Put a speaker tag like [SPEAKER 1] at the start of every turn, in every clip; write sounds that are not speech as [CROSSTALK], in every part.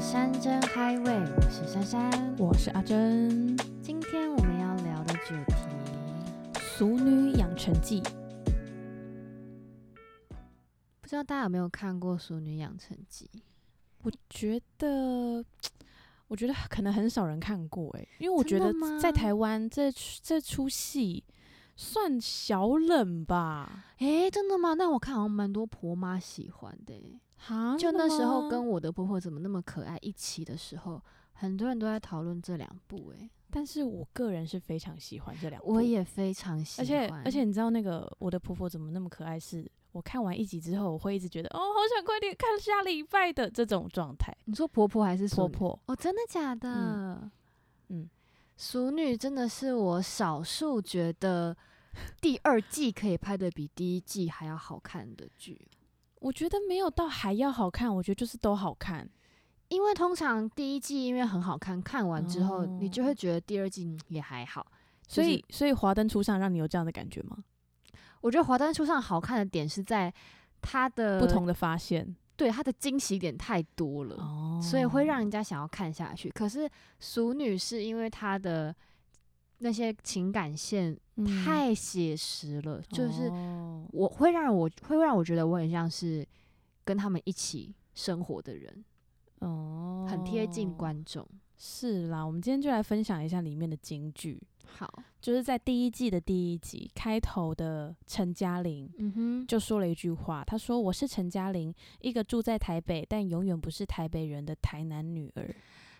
[SPEAKER 1] 山珍 Highway，我是珊珊。
[SPEAKER 2] 我是阿珍，《
[SPEAKER 1] 今天我们要聊的主题，
[SPEAKER 2] 俗女养成记》
[SPEAKER 1] 不知道大家有没有看过《熟女养成记》？
[SPEAKER 2] 我觉得，我觉得可能很少人看过哎、因为我觉
[SPEAKER 1] 真的
[SPEAKER 2] 得
[SPEAKER 1] 吗
[SPEAKER 2] 在台湾这出这出戏算小冷吧。
[SPEAKER 1] 诶，真的吗？那我看好像蛮多婆妈喜欢的耶、
[SPEAKER 2] 哈，
[SPEAKER 1] 就
[SPEAKER 2] 真的
[SPEAKER 1] 那时候
[SPEAKER 2] 吗
[SPEAKER 1] 跟，我的婆婆怎么那么可爱一起的时候，很多人都在讨论这两部、诶，
[SPEAKER 2] 但是我个人是非常喜欢这两部，
[SPEAKER 1] 我，也非常喜
[SPEAKER 2] 而且
[SPEAKER 1] 欢，
[SPEAKER 2] 而且你知道那个我的婆婆怎么那么可爱是？我看完一集之后，我会一直觉得哦，好想快点看下礼拜的这种状态。
[SPEAKER 1] 你说婆婆还是熟
[SPEAKER 2] 婆
[SPEAKER 1] 女
[SPEAKER 2] 婆，
[SPEAKER 1] 哦，真的假的？
[SPEAKER 2] 嗯
[SPEAKER 1] 熟女真的是我少数觉得第二季可以拍的比第一季还要好看的剧，
[SPEAKER 2] 我觉得没有到还要好看，我觉得就是都好看。
[SPEAKER 1] 因为通常第一季因为很好看，看完之后、你就
[SPEAKER 2] 哦
[SPEAKER 1] 会觉得第二季嗯也还好。
[SPEAKER 2] 所
[SPEAKER 1] 就是
[SPEAKER 2] 以，所以《华灯初上》让你有这样的感觉吗？
[SPEAKER 1] 我觉得《华灯初上》好看的点是在它的
[SPEAKER 2] 不同的发现
[SPEAKER 1] 对它的惊喜点太多了。
[SPEAKER 2] 哦
[SPEAKER 1] 呃所以会让人家想要看下去。可是《熟女》是因为她的那些情感线
[SPEAKER 2] 嗯
[SPEAKER 1] 太写实了，就是
[SPEAKER 2] 哦
[SPEAKER 1] 我会让我会让我觉得我很像是跟他们一起生活的人，
[SPEAKER 2] 哦
[SPEAKER 1] 很贴近观众。
[SPEAKER 2] 是啦。我们今天就来分享一下里面的金句，
[SPEAKER 1] 好，
[SPEAKER 2] 就是在第一季的第一集开头的陈嘉玲。
[SPEAKER 1] 嗯哼，
[SPEAKER 2] 就说了一句话，她说：“我是陈嘉玲，一个住在台北但永远不是台北人的台南女儿。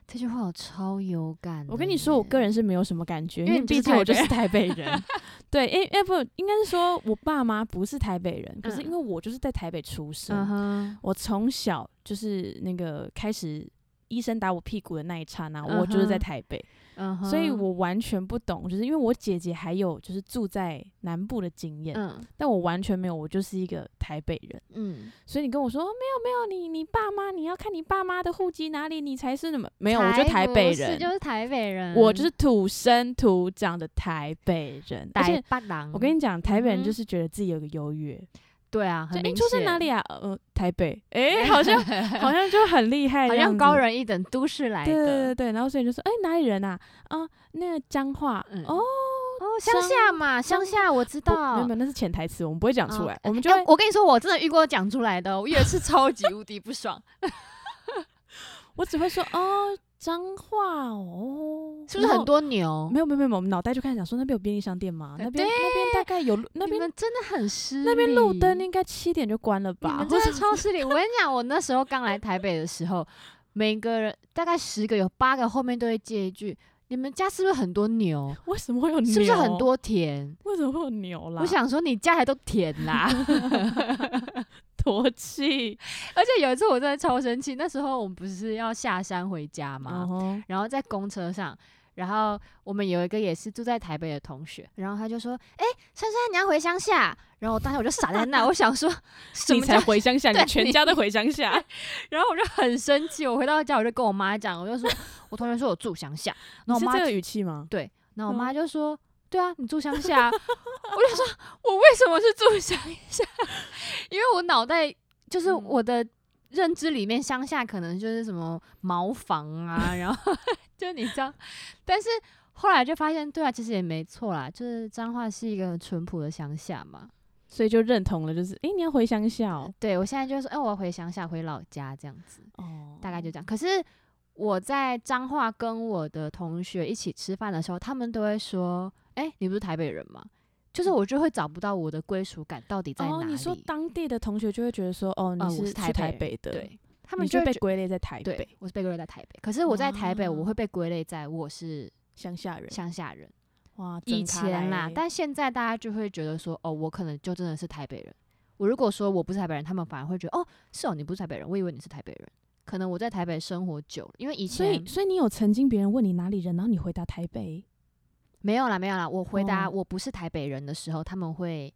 [SPEAKER 1] 这句话我超有感。嗯
[SPEAKER 2] 我跟你说，我个
[SPEAKER 1] 人，
[SPEAKER 2] 人是没有什么感觉，
[SPEAKER 1] 因
[SPEAKER 2] 因
[SPEAKER 1] 为
[SPEAKER 2] 为
[SPEAKER 1] 你
[SPEAKER 2] 毕
[SPEAKER 1] 就是
[SPEAKER 2] 竟我
[SPEAKER 1] 台北
[SPEAKER 2] 就是台
[SPEAKER 1] [LAUGHS]
[SPEAKER 2] 北人。对，诶、诶，不，应该是说我爸妈不是台北人，可是
[SPEAKER 1] 嗯
[SPEAKER 2] 因为我就是在台北出生，
[SPEAKER 1] 嗯哼，
[SPEAKER 2] 我从小就是那个开始医生打我屁股的那一刹那，我就是在
[SPEAKER 1] 嗯哼
[SPEAKER 2] 台北，
[SPEAKER 1] 嗯哼，
[SPEAKER 2] 所以我完全不懂，就是因为我姐姐还有就是住在南部的经验，
[SPEAKER 1] 嗯
[SPEAKER 2] 但我完全没有，我就是一个台北人。
[SPEAKER 1] 嗯，
[SPEAKER 2] 所以你跟我说、哦没有没有，你你爸妈你要看你爸妈的户籍哪里，你才是什么？没有，我就
[SPEAKER 1] 才
[SPEAKER 2] 台
[SPEAKER 1] 不
[SPEAKER 2] 北
[SPEAKER 1] 是
[SPEAKER 2] 人，
[SPEAKER 1] 就是台北人，
[SPEAKER 2] 我就是土生土长的台北人，而
[SPEAKER 1] 台
[SPEAKER 2] 且
[SPEAKER 1] 北人。
[SPEAKER 2] 我跟
[SPEAKER 1] 你
[SPEAKER 2] 你讲，台北
[SPEAKER 1] 嗯
[SPEAKER 2] 人
[SPEAKER 1] 哼
[SPEAKER 2] 就是觉得自己有个优越，
[SPEAKER 1] 对啊，
[SPEAKER 2] 就
[SPEAKER 1] 很
[SPEAKER 2] 诶，
[SPEAKER 1] 明
[SPEAKER 2] 你出生哪
[SPEAKER 1] 显？
[SPEAKER 2] 里啊？呃，台北，
[SPEAKER 1] [LAUGHS]
[SPEAKER 2] 诶，好像好像就很厉害，
[SPEAKER 1] 好像高。人一等，都市来
[SPEAKER 2] 对
[SPEAKER 1] 的
[SPEAKER 2] 对对。对，然后所以就说，诶，哪里人啊？啊，那个彰化，
[SPEAKER 1] 嗯
[SPEAKER 2] 哦，
[SPEAKER 1] 哦，乡
[SPEAKER 2] 乡
[SPEAKER 1] 下嘛，乡
[SPEAKER 2] 乡
[SPEAKER 1] 下我知
[SPEAKER 2] 不
[SPEAKER 1] 道
[SPEAKER 2] 没有。没有，那是潜台词，我们不会讲出
[SPEAKER 1] 哦
[SPEAKER 2] 来，我们就
[SPEAKER 1] 哎、
[SPEAKER 2] 会，
[SPEAKER 1] 我跟你说，我真的遇过讲出来的哦，我有一次超级无敌不
[SPEAKER 2] [LAUGHS]
[SPEAKER 1] 爽，
[SPEAKER 2] 我只会说，哦，彰化哦，
[SPEAKER 1] 是不是
[SPEAKER 2] 然
[SPEAKER 1] 很
[SPEAKER 2] 后？
[SPEAKER 1] 多牛
[SPEAKER 2] 没？有没有没有，我们脑袋就开始想说，那边有便利商店吗？那边那边大概有路那
[SPEAKER 1] 你
[SPEAKER 2] 边
[SPEAKER 1] 们真的很失
[SPEAKER 2] 那边路灯
[SPEAKER 1] 礼
[SPEAKER 2] 应该七点就关了
[SPEAKER 1] 你
[SPEAKER 2] 吧？
[SPEAKER 1] 们
[SPEAKER 2] 或
[SPEAKER 1] 真
[SPEAKER 2] 者
[SPEAKER 1] 的超
[SPEAKER 2] [LAUGHS]
[SPEAKER 1] 失礼。我跟你讲，我那时候刚来台北的时候，每个人大概十个有八个后面都会接一句：“你们家是不是很多
[SPEAKER 2] [LAUGHS]
[SPEAKER 1] 牛？
[SPEAKER 2] 为什么会有牛？
[SPEAKER 1] 是不是很？多田
[SPEAKER 2] 为什么会有牛？”啦？
[SPEAKER 1] 我想说你家还都田啦。
[SPEAKER 2] [LAUGHS] 唾弃
[SPEAKER 1] 而且有一次我真的超生气，那时候我们不是要下山回家吗？
[SPEAKER 2] 吗？
[SPEAKER 1] 然后在公车上，然后我们有一个也是住在台北的同学，然后他就说：“哎、珊珊，你要回乡下？”然后我当时我就傻在那，我想
[SPEAKER 2] [LAUGHS]
[SPEAKER 1] 说什
[SPEAKER 2] 你
[SPEAKER 1] 么叫
[SPEAKER 2] 才？回乡
[SPEAKER 1] [LAUGHS]
[SPEAKER 2] 下，
[SPEAKER 1] 对
[SPEAKER 2] 你全家都回
[SPEAKER 1] [LAUGHS]
[SPEAKER 2] 乡下，
[SPEAKER 1] 然后我就很生气，我回到家我就跟我妈讲，我就说我同学说我住乡下，然
[SPEAKER 2] 你
[SPEAKER 1] 后我
[SPEAKER 2] 是
[SPEAKER 1] 妈
[SPEAKER 2] 这
[SPEAKER 1] 就
[SPEAKER 2] 个嗯语气吗？
[SPEAKER 1] 对，然后我妈就说。对啊，你住乡下、
[SPEAKER 2] [LAUGHS]
[SPEAKER 1] 啊，我就说，我为什么是住乡下？ [LAUGHS] 因为我脑袋就是
[SPEAKER 2] 嗯
[SPEAKER 1] 我的认知里面，乡下可能就是什么茅房啊，然
[SPEAKER 2] [LAUGHS]
[SPEAKER 1] 后就你知道，但是后来就发现，对啊，其实也没错啦，就是彰化是一个很淳朴的乡下嘛。
[SPEAKER 2] 所以就认同了，就是诶，你要回乡下哦，
[SPEAKER 1] 对我现在就说，哎、我要回乡下，回老家这样子，
[SPEAKER 2] 哦
[SPEAKER 1] 大概就这样。可是我在彰化跟我的同学一起吃饭的时候，他们都会说，哎、你不是台北人吗？就是我就会找不到我的归属感到底在哪里。
[SPEAKER 2] 嗯哦，你说当地的同学就会觉得说，哦，
[SPEAKER 1] 呃
[SPEAKER 2] 你
[SPEAKER 1] 我是
[SPEAKER 2] 去
[SPEAKER 1] 台
[SPEAKER 2] 台
[SPEAKER 1] 北人
[SPEAKER 2] 北的，，
[SPEAKER 1] 对，他
[SPEAKER 2] 他
[SPEAKER 1] 们
[SPEAKER 2] 就
[SPEAKER 1] 就
[SPEAKER 2] 被
[SPEAKER 1] 会觉
[SPEAKER 2] 归哦类在台
[SPEAKER 1] 对
[SPEAKER 2] 北，
[SPEAKER 1] 我是被归类在台北，可是我在台北，我
[SPEAKER 2] 哇
[SPEAKER 1] 会被归类在我是
[SPEAKER 2] 乡下人。
[SPEAKER 1] 乡下人。
[SPEAKER 2] 哇，
[SPEAKER 1] 以
[SPEAKER 2] 真卡莱
[SPEAKER 1] 前啦
[SPEAKER 2] 嘞，
[SPEAKER 1] 但现在大家就会觉得说，哦，我可能就真的是台北人。我如果说我不是台北人，他们反而会觉得，哦，是哦，你不是台北人，我以为你是台北人。可能我在台北生活久了，因为以
[SPEAKER 2] 所
[SPEAKER 1] 前
[SPEAKER 2] 以所以你有曾经别人问你哪里人，然后你回答台北，
[SPEAKER 1] 没有啦，没有啦。我回答
[SPEAKER 2] 哦
[SPEAKER 1] 我不是台北人的时候，他们会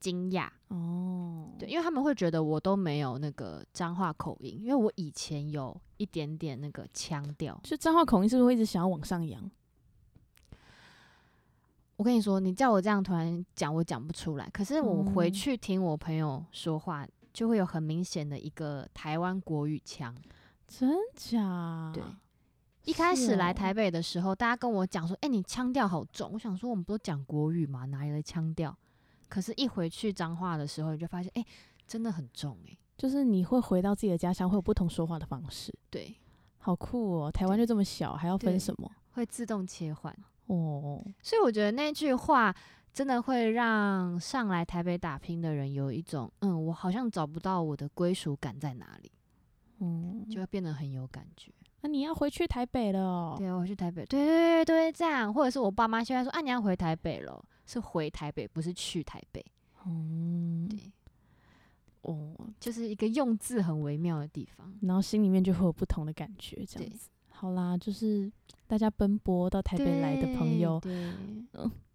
[SPEAKER 1] 惊讶，
[SPEAKER 2] 哦，
[SPEAKER 1] 对，，因为他们会觉得我都没有那个彰化口音，因为我以前有一点点那个腔调。
[SPEAKER 2] 就彰化口音是不是会一直想要往上扬？
[SPEAKER 1] 我跟你说，你叫我这样突然讲，我讲不出来。可是我回
[SPEAKER 2] 嗯
[SPEAKER 1] 去听我朋友说话，就会有很明显的一个台湾国语腔。
[SPEAKER 2] 真假？
[SPEAKER 1] 对一开
[SPEAKER 2] 是
[SPEAKER 1] 始来
[SPEAKER 2] 哦
[SPEAKER 1] 台北的时候，大家跟我讲说：“哎、你腔调好重。”我想说，我们不都讲国语嘛，哪里来腔调？可是，一回去彰化的时候，你就发现，哎、真的很重哎、
[SPEAKER 2] 就是你会回到自己的家乡，会有不同说话的方式，
[SPEAKER 1] 对，
[SPEAKER 2] 好酷哦！台湾就这么小，还要分
[SPEAKER 1] 对
[SPEAKER 2] 什么？
[SPEAKER 1] 会自动切换。
[SPEAKER 2] 哦，
[SPEAKER 1] 所以我觉得那句话真的会让上来台北打拼的人有一种，嗯，我好像找不到我的归属感在哪里，
[SPEAKER 2] 嗯，
[SPEAKER 1] 就会变得很有感觉。
[SPEAKER 2] 那你要回去台北了哦。
[SPEAKER 1] 对，我去台北，对对对，都会这样。或者是我爸妈现在说，啊，你要回台北了，是回台北，不是去台北。
[SPEAKER 2] 嗯，
[SPEAKER 1] 对，
[SPEAKER 2] 哦，
[SPEAKER 1] 就是一个用字很微妙的地方。
[SPEAKER 2] 然后心里面就会有不同的感觉，这
[SPEAKER 1] 对
[SPEAKER 2] 样子。好啦，就是大家奔波到台北来的朋友，
[SPEAKER 1] 对，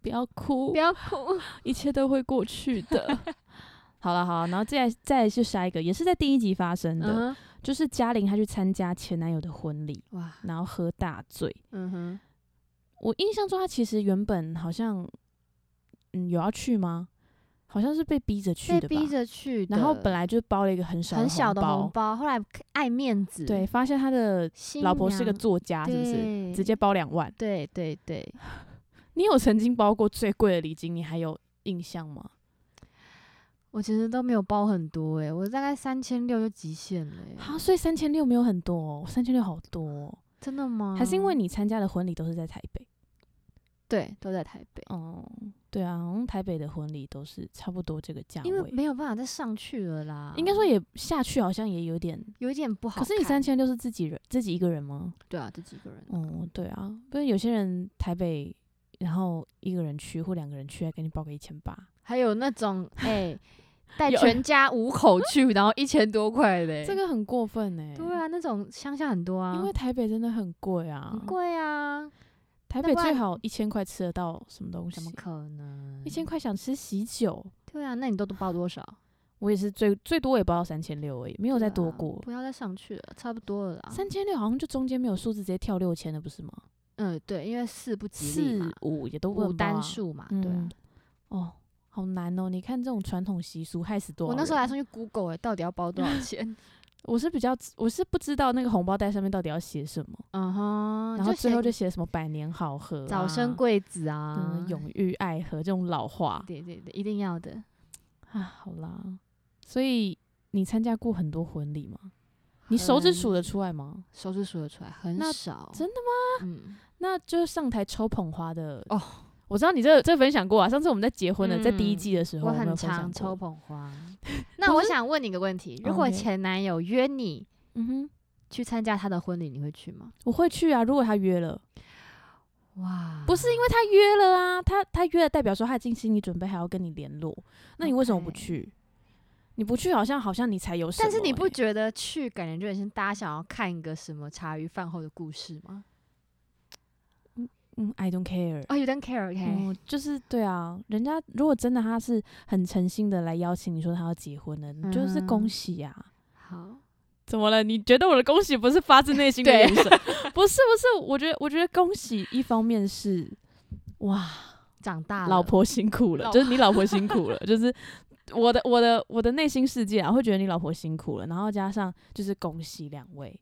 [SPEAKER 2] 不要哭
[SPEAKER 1] 不，要哭。
[SPEAKER 2] 一切都会过去
[SPEAKER 1] [LAUGHS]
[SPEAKER 2] 的。好了好啦然后再来再来就下一个，也是在第一集发生的，
[SPEAKER 1] 嗯哼，
[SPEAKER 2] 就是嘉玲她去参加前男友的婚礼，
[SPEAKER 1] 哇，
[SPEAKER 2] 然后喝大醉。
[SPEAKER 1] 嗯哼，
[SPEAKER 2] 我印象中她其实原本好像，嗯，有要去吗？好像是被逼着去
[SPEAKER 1] 被
[SPEAKER 2] 的吧。
[SPEAKER 1] 逼着去的，
[SPEAKER 2] 然后本来就包了一个很小
[SPEAKER 1] 很小的
[SPEAKER 2] 包，
[SPEAKER 1] 红包，后来爱面子，
[SPEAKER 2] 对，，发现他的老婆是个作家，是不是？
[SPEAKER 1] 对
[SPEAKER 2] 直接包两万。
[SPEAKER 1] 对对对，
[SPEAKER 2] 你有曾经包过最贵的礼金，你还有印象吗？
[SPEAKER 1] 我其实都没有包很多诶、我大概三千六就极限了、欸。
[SPEAKER 2] 啊，所以三千六没有很多、哦，三千六好多、哦，
[SPEAKER 1] 真的吗？
[SPEAKER 2] 还是因为你参加的婚礼都是在台北？
[SPEAKER 1] 对都在台北，
[SPEAKER 2] 哦、对啊，好像台北的婚礼都是差不多这个价
[SPEAKER 1] 因为
[SPEAKER 2] 位。
[SPEAKER 1] 没有办法再上去了啦。
[SPEAKER 2] 应该说也下去好像也有点，
[SPEAKER 1] 有一点不好看。
[SPEAKER 2] 可是你三千六是自己人自己一个人吗？
[SPEAKER 1] 对啊，这几个人，
[SPEAKER 2] 哦、对啊，不然有些人台北，然后一个人去或两个人去，还给你包个一千八，
[SPEAKER 1] 还有那种哎带、
[SPEAKER 2] 有
[SPEAKER 1] 全家五口去，然后一千多块的欸、
[SPEAKER 2] 这个很过分哎、
[SPEAKER 1] 对啊，那种乡下很多啊，
[SPEAKER 2] 因为台北真的很贵啊，
[SPEAKER 1] 很贵啊，
[SPEAKER 2] 台
[SPEAKER 1] 那
[SPEAKER 2] 北
[SPEAKER 1] 不然
[SPEAKER 2] 最好一千块吃得到什么东西
[SPEAKER 1] 怎么？可能？
[SPEAKER 2] 一千块想吃喜酒，
[SPEAKER 1] 对啊，那你都都包多少？
[SPEAKER 2] 我也是最最多也包到三千六而已，没有
[SPEAKER 1] 对
[SPEAKER 2] 再
[SPEAKER 1] 啊
[SPEAKER 2] 多过。
[SPEAKER 1] 不要再上去了，差不多了啦。
[SPEAKER 2] 三千六好像就中间没有数字，直接跳六千了，不是吗？
[SPEAKER 1] 嗯，对，因为四不吉利嘛
[SPEAKER 2] 四，五也都不
[SPEAKER 1] 五
[SPEAKER 2] 能包啊
[SPEAKER 1] 单，数嘛，对啊
[SPEAKER 2] 嗯。哦，好难哦！你看这种传统习俗害死多少
[SPEAKER 1] 我
[SPEAKER 2] 人？
[SPEAKER 1] 那时候还上去 Google 哎、到底要包多
[SPEAKER 2] [LAUGHS]
[SPEAKER 1] 少钱？
[SPEAKER 2] 我是比较我是不知道那个红包袋上面到底要写什么，
[SPEAKER 1] 嗯哼，
[SPEAKER 2] 然后最后
[SPEAKER 1] 写
[SPEAKER 2] 就写什么百年好合、
[SPEAKER 1] 早生、贵子啊
[SPEAKER 2] 嗯，，永浴爱河这种老话。
[SPEAKER 1] 对对对，一定要的。
[SPEAKER 2] 啊，好啦，所以你参加过很多婚礼吗？你手指数
[SPEAKER 1] 很
[SPEAKER 2] 得出来吗？
[SPEAKER 1] 手嗯指数得出来，很
[SPEAKER 2] 那
[SPEAKER 1] 少，
[SPEAKER 2] 真
[SPEAKER 1] 的吗？嗯，
[SPEAKER 2] 那就是上台抽捧花的
[SPEAKER 1] [LAUGHS] 哦。
[SPEAKER 2] 我知道你这个这个分享过啊，上次我们在结婚的，在第一
[SPEAKER 1] 嗯
[SPEAKER 2] 季的时候，
[SPEAKER 1] 我
[SPEAKER 2] 们有
[SPEAKER 1] 很
[SPEAKER 2] 分享
[SPEAKER 1] 常抽
[SPEAKER 2] 过。哦
[SPEAKER 1] 捧花。
[SPEAKER 2] [LAUGHS]
[SPEAKER 1] 那我想问你个问题：如果
[SPEAKER 2] OK
[SPEAKER 1] 前男友约你
[SPEAKER 2] 嗯哼，
[SPEAKER 1] 去参加他的婚礼，你会去吗？
[SPEAKER 2] 我会去啊，如果他约了，
[SPEAKER 1] 哇，
[SPEAKER 2] 不是因为他约了啊，他他约了代表说他已经心理准备，还要跟你联络，那你为什么不
[SPEAKER 1] OK
[SPEAKER 2] 去你不去好像好像你才有什么欸、
[SPEAKER 1] 但是你不觉得去感觉就很像大家想要看一个什么茶余饭后的故事吗？
[SPEAKER 2] 嗯，I don't care。
[SPEAKER 1] 哦、有 y o u don't care，OK？、
[SPEAKER 2] 嗯，就是对啊，人家如果真的他是很诚心的来邀请你说他要结婚了，你就是
[SPEAKER 1] 嗯
[SPEAKER 2] 恭喜呀、
[SPEAKER 1] 好，
[SPEAKER 2] 怎么了？你觉得我的恭喜不是发自内心的
[SPEAKER 1] 对
[SPEAKER 2] 眼神？ [LAUGHS] 不是不是，我觉得我觉得恭喜一方面是哇，
[SPEAKER 1] 长大了，
[SPEAKER 2] 老婆辛苦了，
[SPEAKER 1] 老
[SPEAKER 2] 就是你老婆辛苦了， [LAUGHS] 就是我的我的我的内心世界啊，会觉得你老婆辛苦了，然后加上就是恭喜两位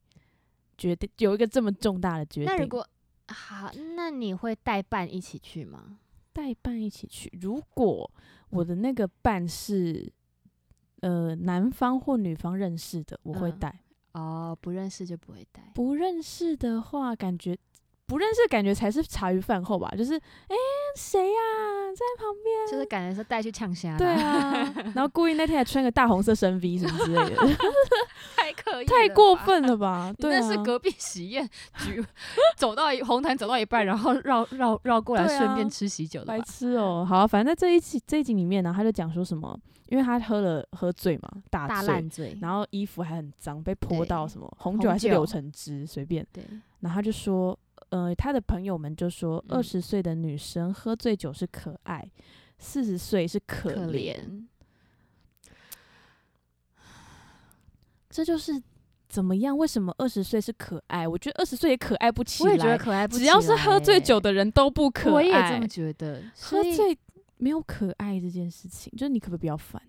[SPEAKER 2] 决定有一个这么重大的决
[SPEAKER 1] 那如
[SPEAKER 2] 定，
[SPEAKER 1] 果好，那你会带伴一起去吗？
[SPEAKER 2] 代办一起去。如果我的那个伴是呃男方或女方认识的，我会
[SPEAKER 1] 嗯
[SPEAKER 2] 带。
[SPEAKER 1] 哦，不认识就不会带。
[SPEAKER 2] 不认识的话，感觉不认识，感觉才是茶余饭后吧。就是，哎、谁呀、在旁边？
[SPEAKER 1] 就是感觉是带去呛虾啦，
[SPEAKER 2] 对
[SPEAKER 1] [LAUGHS]
[SPEAKER 2] 啊，然后故意那天还穿个大红色深 V 什么之类的，
[SPEAKER 1] 太可以，
[SPEAKER 2] 太过。分了吧？
[SPEAKER 1] 你
[SPEAKER 2] 对啊，
[SPEAKER 1] 那是隔壁喜宴局，走到一红毯走到一半，然后绕绕绕过来，
[SPEAKER 2] 对啊
[SPEAKER 1] 顺便吃喜酒的
[SPEAKER 2] 白
[SPEAKER 1] 吧？哎
[SPEAKER 2] 痴哦、好、反正在这一期这一集里面呢，他就讲说什么，因为他喝了喝醉嘛，大
[SPEAKER 1] 大
[SPEAKER 2] 醉，
[SPEAKER 1] 烂醉，
[SPEAKER 2] 然后衣服还很脏，被泼到
[SPEAKER 1] 对
[SPEAKER 2] 什么红
[SPEAKER 1] 红
[SPEAKER 2] 酒还是
[SPEAKER 1] 酒
[SPEAKER 2] 柳橙汁，随便。
[SPEAKER 1] 对，
[SPEAKER 2] 然后他就说，呃，他的朋友们就说，
[SPEAKER 1] 嗯
[SPEAKER 2] 二十岁的女生喝醉酒是可爱，四十岁是可
[SPEAKER 1] 可
[SPEAKER 2] 怜，
[SPEAKER 1] 怜。
[SPEAKER 2] 这就是怎么样？为什么二十岁是可爱？我觉得二十岁也可爱不起
[SPEAKER 1] 我
[SPEAKER 2] 来，
[SPEAKER 1] 也觉得可爱不
[SPEAKER 2] 只
[SPEAKER 1] 起
[SPEAKER 2] 要是
[SPEAKER 1] 来
[SPEAKER 2] 喝醉
[SPEAKER 1] 欸
[SPEAKER 2] 酒的人都不可爱，
[SPEAKER 1] 我也这么觉得。
[SPEAKER 2] 喝
[SPEAKER 1] 所以
[SPEAKER 2] 醉没有可爱这件事情，就是你可不可以不要烦？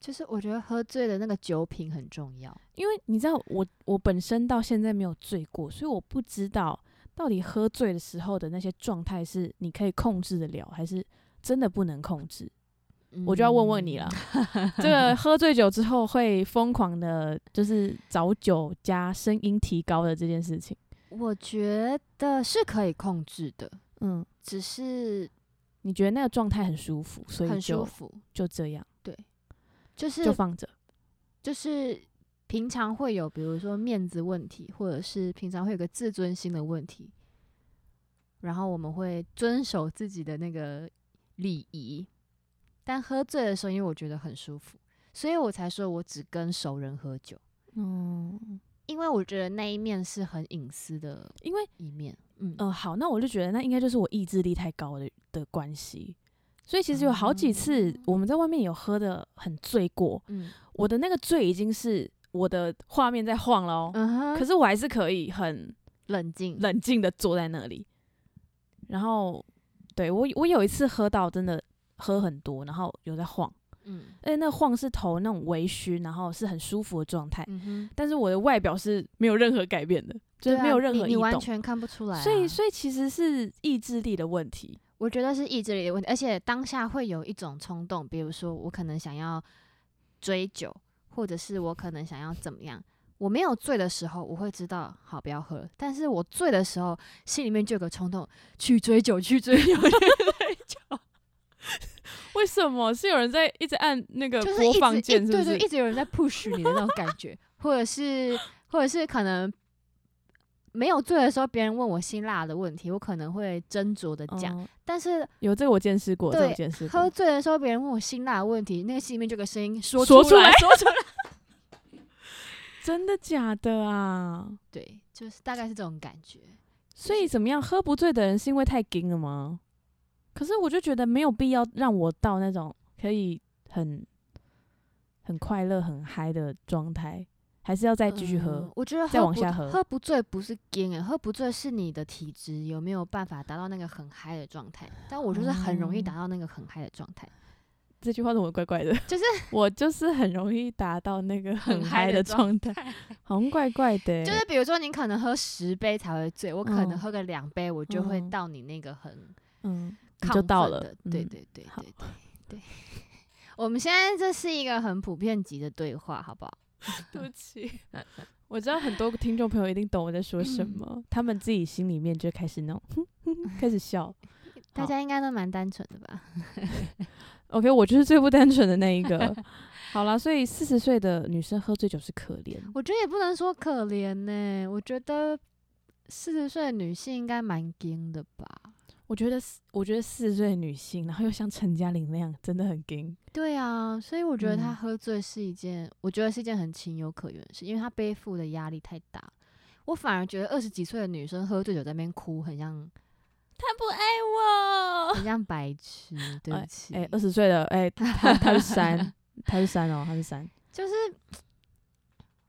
[SPEAKER 1] 就是我觉得喝醉的那个酒品很重要。
[SPEAKER 2] 因为你知道我我本身到现在没有醉过，所以我不知道到底喝醉的时候的那些状态是你可以控制得了，还是真的不能控制。我就要问问你了，
[SPEAKER 1] 嗯
[SPEAKER 2] 这个喝醉酒之后会疯狂的，就是找酒加声音提高的这件事情。
[SPEAKER 1] 嗯。我觉得是可以控制的，
[SPEAKER 2] 嗯，
[SPEAKER 1] 只是
[SPEAKER 2] 你觉得那个状态很舒服，所以
[SPEAKER 1] 很舒
[SPEAKER 2] 就
[SPEAKER 1] 服，
[SPEAKER 2] 就这样
[SPEAKER 1] 就是
[SPEAKER 2] 就放着。
[SPEAKER 1] 就是平常会有，比如说面子问题，或者是平常会有个自尊心的问题，然后我们会遵守自己的那个礼仪。但喝醉的时候，因为我觉得很舒服，所以我才说我只跟熟人喝酒，哦
[SPEAKER 2] 嗯，
[SPEAKER 1] 因为我觉得那一面是很隐私的
[SPEAKER 2] 因为
[SPEAKER 1] 一面。嗯，
[SPEAKER 2] 呃，好，那我就觉得那应该就是我意志力太高的的关系。所以其实有好
[SPEAKER 1] 哦
[SPEAKER 2] 几次我们在外面有喝的很醉过，
[SPEAKER 1] 嗯
[SPEAKER 2] 我的那个醉已经是我的画面在晃了哦，
[SPEAKER 1] 嗯哼，
[SPEAKER 2] 可是我还是可以很
[SPEAKER 1] 冷静，
[SPEAKER 2] 冷静的坐在那里。然后，对我我有一次喝到真的喝很多，然后有在晃，
[SPEAKER 1] 嗯
[SPEAKER 2] 而且那晃是头那种微醺，然后是很舒服的状态，
[SPEAKER 1] 嗯哼，
[SPEAKER 2] 但是我的外表是没有任何改变的，
[SPEAKER 1] 对
[SPEAKER 2] 就是
[SPEAKER 1] 啊
[SPEAKER 2] 没有任
[SPEAKER 1] 你
[SPEAKER 2] 何异
[SPEAKER 1] 你
[SPEAKER 2] 动。
[SPEAKER 1] 完全看不出来啊、
[SPEAKER 2] 所以，所以其实是意志力的问题。
[SPEAKER 1] 我觉得是意志力的问题，而且当下会有一种冲动，比如说我可能想要追酒，或者是我可能想要怎么样。我没有醉的时候，我会知道好不要喝了，但是我醉的时候，心里面就有个冲动，去追酒，去追
[SPEAKER 2] [LAUGHS]
[SPEAKER 1] 酒，
[SPEAKER 2] 为什么是有人在一直按那个
[SPEAKER 1] 就是一
[SPEAKER 2] 播
[SPEAKER 1] 直
[SPEAKER 2] 放
[SPEAKER 1] 一
[SPEAKER 2] 键？是不
[SPEAKER 1] 对
[SPEAKER 2] 是？
[SPEAKER 1] 对，一直有人在 push 你的那种感觉，或者是或者是可能没有醉的时候，别人问我辛辣的问题，我可能会斟酌的讲，
[SPEAKER 2] 嗯
[SPEAKER 1] 但是
[SPEAKER 2] 有这个我见识过，这
[SPEAKER 1] 对
[SPEAKER 2] 个我见识
[SPEAKER 1] 喝
[SPEAKER 2] 过。
[SPEAKER 1] 醉的时候，别人问我辛辣的问题，那个心里面就有个声音说
[SPEAKER 2] 说
[SPEAKER 1] 出
[SPEAKER 2] 出来
[SPEAKER 1] 来，说出来。
[SPEAKER 2] [LAUGHS] 真的假的啊？
[SPEAKER 1] 对，就是大概是这种感觉。
[SPEAKER 2] [LAUGHS] 所以怎么样？喝不醉的人是因为太硬了吗？可是我就觉得没有必要让我到那种可以很很快乐、很嗨的状态，还是要再继续喝
[SPEAKER 1] 嗯。我觉得
[SPEAKER 2] 再
[SPEAKER 1] 喝
[SPEAKER 2] 往
[SPEAKER 1] 不
[SPEAKER 2] 下喝
[SPEAKER 1] 喝不醉不是 g a 喝不醉是你的体质有没有办法达到那个很嗨的状态。但我就是很容易
[SPEAKER 2] 哦
[SPEAKER 1] 达到那个很嗨的状态，
[SPEAKER 2] 这句话怎么怪怪的？
[SPEAKER 1] 就是
[SPEAKER 2] 我就是很容易达到那个
[SPEAKER 1] 很
[SPEAKER 2] 很
[SPEAKER 1] 嗨
[SPEAKER 2] 嗨
[SPEAKER 1] 的
[SPEAKER 2] 的状态， [LAUGHS] 好像怪怪的欸、
[SPEAKER 1] 就是比如说你可能喝十杯才会醉，我可能
[SPEAKER 2] 嗯
[SPEAKER 1] 喝个两杯，我就会
[SPEAKER 2] 嗯
[SPEAKER 1] 到你那个很
[SPEAKER 2] 嗯，你
[SPEAKER 1] 亢
[SPEAKER 2] 就
[SPEAKER 1] 奋
[SPEAKER 2] 到了
[SPEAKER 1] 的。对
[SPEAKER 2] 嗯
[SPEAKER 1] 对对
[SPEAKER 2] 好
[SPEAKER 1] 对对对。 [LAUGHS] 我们现在这是一个很普遍级的对话，好不好？
[SPEAKER 2] 对不起。 [LAUGHS] 我知道很多听众朋友一定懂我在说什么，他们自己心里面就开始那种 [LAUGHS] 开始笑。
[SPEAKER 1] 大
[SPEAKER 2] 好
[SPEAKER 1] 家应该都蛮单纯的吧？
[SPEAKER 2] OK，我就是最不单纯的那一 [LAUGHS] 个。好啦，所以四十岁的女生喝醉酒是可怜，
[SPEAKER 1] 我觉得也不能说可怜呢、我觉得四十岁的女性应该蛮硬的吧？
[SPEAKER 2] 我觉得四，我觉得四十岁的女性，然后又像陈嘉玲那样，真的很硬。
[SPEAKER 1] 对啊，所以我觉得她
[SPEAKER 2] 嗯
[SPEAKER 1] 喝醉是一件，我觉得是一件很情有可原的事，因为她背负的压力太大。我反而觉得二十几岁的女生喝醉酒在那边哭，很像
[SPEAKER 2] 他不哎爱我。
[SPEAKER 1] 很像白痴。对不起，
[SPEAKER 2] 哎、二十岁的，哎、他他是 [LAUGHS] 三，他是三哦，他是三。
[SPEAKER 1] 就是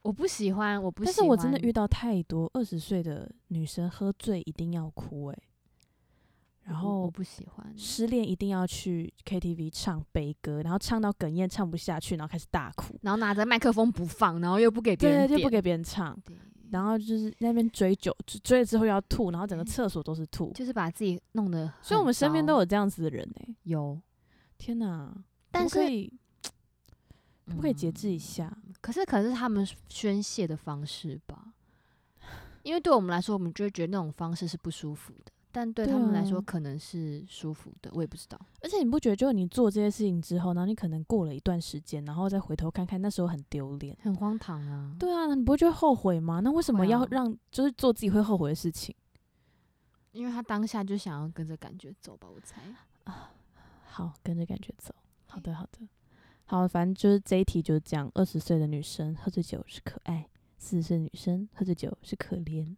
[SPEAKER 1] 我不喜欢，我不喜
[SPEAKER 2] 但
[SPEAKER 1] 欢。
[SPEAKER 2] 是我真的遇到太多二十岁的女生喝醉一定要哭、哎，然
[SPEAKER 1] 我我
[SPEAKER 2] 后
[SPEAKER 1] 不喜欢，
[SPEAKER 2] 失恋一定要去 KTV 唱悲歌，然后唱到哽咽唱不下去，然后开始大哭。
[SPEAKER 1] 然后拿着麦克风不放，然后又不给别
[SPEAKER 2] 对，
[SPEAKER 1] 人
[SPEAKER 2] 就不
[SPEAKER 1] 点，
[SPEAKER 2] 给别人唱。
[SPEAKER 1] 对
[SPEAKER 2] 然后就是那边追酒，追追了之后又要吐，然后整个
[SPEAKER 1] 对
[SPEAKER 2] 厕所都是吐。
[SPEAKER 1] 就是把自己弄得。
[SPEAKER 2] 所以我们身边都有这样子的人哎、
[SPEAKER 1] 有，
[SPEAKER 2] 天哪！
[SPEAKER 1] 但
[SPEAKER 2] 可不可
[SPEAKER 1] 是
[SPEAKER 2] 以可不可以节制一
[SPEAKER 1] 嗯
[SPEAKER 2] 下？
[SPEAKER 1] 可是可能是他们宣泄的方式吧，因为对我们来说，我们就会觉得那种方式是不舒服的，但对
[SPEAKER 2] 对
[SPEAKER 1] 他们来
[SPEAKER 2] 啊
[SPEAKER 1] 说可能是舒服的，我也不知道。
[SPEAKER 2] 而且你不觉得，就你做这些事情之后，然后你可能过了一段时间，然后再回头看看，那时候很丢脸。
[SPEAKER 1] 很荒唐啊！
[SPEAKER 2] 对啊，你不会觉得后悔吗？那为什么
[SPEAKER 1] 会啊
[SPEAKER 2] 要让就是做自己会后悔的事情？
[SPEAKER 1] 因为他当下就想要跟着感觉走吧，我猜。
[SPEAKER 2] 好，跟着感觉走。好的，好的，好，反正就是这一题就是这样。二十岁的女生喝醉酒是可爱，四十岁女生喝醉酒是可怜。